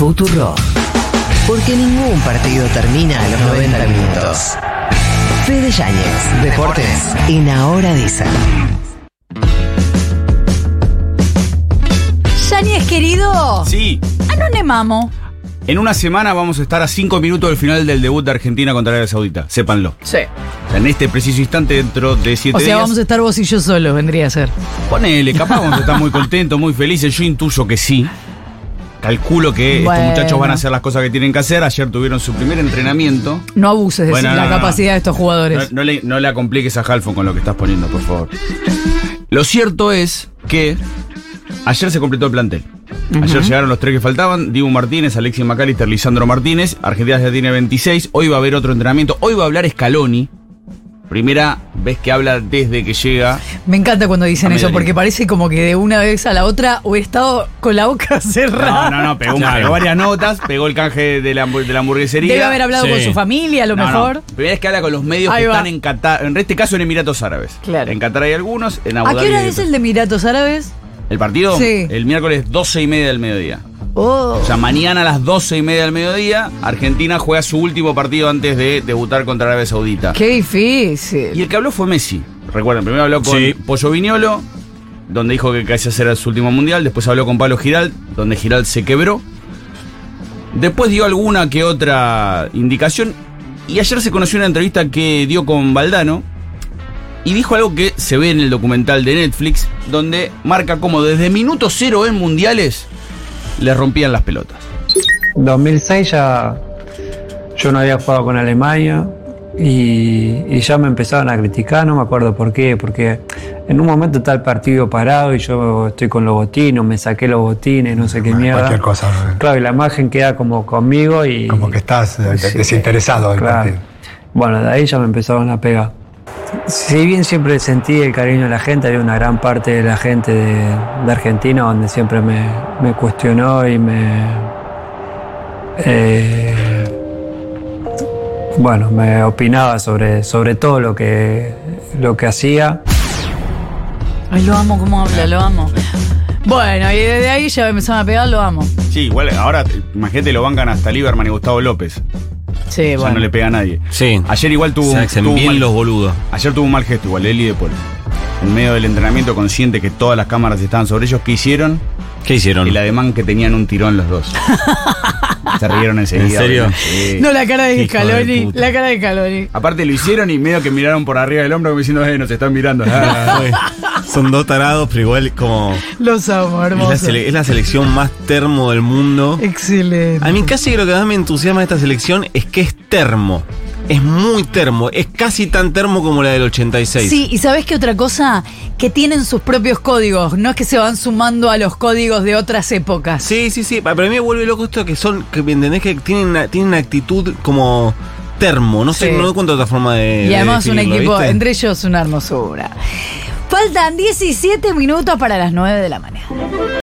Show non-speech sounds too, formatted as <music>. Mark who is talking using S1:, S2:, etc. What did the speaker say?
S1: Futuro. Porque ningún partido termina a los 90 minutos. Fede Yáñez, Deportes, en Ahora Dicen.
S2: Yáñez, querido.
S3: Sí,
S2: ¿A dónde mamo?
S3: en una semana vamos a estar a 5 minutos del final del debut de Argentina contra Arabia Saudita, sépanlo.
S4: Sí.
S3: En este preciso instante, dentro de 7
S5: O sea,
S3: días,
S5: vamos a estar vos y yo solos, vendría a ser.
S3: ponele, capaz vamos a estar muy contentos, muy felices, yo intuyo que sí. Calculo que
S5: Bueno.
S3: estos muchachos van a hacer las cosas que tienen que hacer. Ayer tuvieron su primer entrenamiento.
S5: No abuses de
S3: Bueno,
S5: la
S3: no, no,
S5: capacidad
S3: no.
S5: de estos
S3: No,
S5: jugadores.
S3: no le, no la compliques a Halfon con lo que estás poniendo, por favor. Lo cierto es que ayer se completó el plantel. Ayer llegaron los tres que faltaban, Dibu Martínez, Alexis McAllister, Lisandro Martínez. Argentina ya tiene 26, hoy va a haber otro entrenamiento, hoy va a hablar Scaloni. Primera vez que habla desde que llega.
S5: Me encanta cuando dicen
S3: A
S5: eso,
S3: mediodía.
S5: porque parece como que de una vez a la otra o he estado con la boca <laughs> cerrada.
S3: No, <laughs> no, no, pegó, un- pegó varias notas, pegó el canje de la, hambu- de la hamburguesería.
S5: Debe haber hablado
S4: Sí.
S5: con su familia, a lo
S3: No,
S5: mejor.
S3: no. Primera vez que habla con los medios
S5: Ahí
S3: que
S5: va.
S3: están en Qatar, en este caso en Emiratos Árabes.
S5: Claro.
S3: En Qatar hay algunos, en Abu
S5: ¿A qué
S3: Dhabi
S5: hora
S3: hay
S5: es
S3: otros.
S5: el de Emiratos Árabes?
S3: ¿El partido?
S5: Sí.
S3: El miércoles 12 y media del mediodía.
S5: Oh.
S3: O sea, mañana a las 12 y media del mediodía, Argentina juega su último partido antes de debutar contra Arabia Saudita.
S5: Qué difícil.
S3: Y el que habló fue Messi. Recuerden, primero habló con
S4: Sí.
S3: Pollo Viñolo, donde dijo que casi era su último mundial. Después habló con Pablo Giral, donde Giral se quebró. Después dio alguna que otra indicación. Y ayer se conoció una entrevista que dio con Valdano. Y dijo algo que se ve en el documental de Netflix, donde marca como desde minuto cero en mundiales le rompían las pelotas.
S6: 2006 ya yo no había jugado con Alemania y, y ya me empezaban a criticar, no me acuerdo por qué, porque en un momento está el partido parado y yo estoy con los botines, me saqué los botines, no sé qué
S7: Bueno,
S6: mierda.
S7: cualquier cosa, ¿no?
S6: Claro, y la imagen queda como conmigo y...
S7: Como que estás eh,
S6: Sí.
S7: desinteresado del
S6: Claro.
S7: partido.
S6: Bueno, de ahí ya me empezaron a pegar. Si bien siempre sentí el cariño de la gente, había una gran parte de la gente de, de Argentina donde siempre me, me cuestionó y me. eh, bueno, me opinaba sobre, sobre todo lo que, lo que hacía.
S5: Ay, lo amo como habla, lo amo. Bueno, y desde ahí ya me empezaron a pegar, lo amo.
S3: Sí, igual ahora, imagínate, lo bancan hasta Lieberman y Gustavo López.
S5: Sí,
S3: Ya
S5: bueno.
S3: no le pega a nadie.
S4: Sí.
S3: Ayer igual tuvo, un-
S4: Se hacen
S3: tuvo un
S4: bien
S3: mal-
S4: los boludos.
S3: ayer tuvo un mal gesto igual, Eli de Paul. En medio del entrenamiento consciente que todas las cámaras estaban sobre ellos, ¿qué hicieron?
S4: ¿Qué hicieron?
S3: El ademán que tenían un tirón los
S4: <laughs>
S3: dos. Se rieron enseguida.
S4: ¿En serio?
S3: boludo. Sí.
S5: No, la cara de
S4: Hijo de
S5: Scaloni.
S4: puta.
S5: La cara de Scaloni.
S3: Aparte lo hicieron y medio que miraron por arriba del hombro como diciendo, eh, nos están mirando. Ah.
S4: Son dos tarados, pero igual como.
S5: Los amo,
S4: Es la,
S5: hermoso.
S4: sele- es la selección más termo del mundo.
S5: Excelente.
S4: A mí casi lo que más me entusiasma de esta selección es que es termo. Es muy termo. Es casi tan termo como la del 86.
S5: Sí, y sabes qué otra cosa? Que tienen sus propios códigos, no es que se van sumando a los códigos de otras épocas.
S4: Sí, sí, sí. Pa- Para mí me vuelve loco esto que son, que me entendés que tienen una, tienen una actitud como termo. No sé,
S5: Sí.
S4: no encuentro otra forma de.
S5: y
S4: de
S5: además un
S4: definirlo,
S5: equipo,
S4: ¿viste?
S5: entre ellos una hermosura. Faltan 17 minutos para las 9 de la mañana.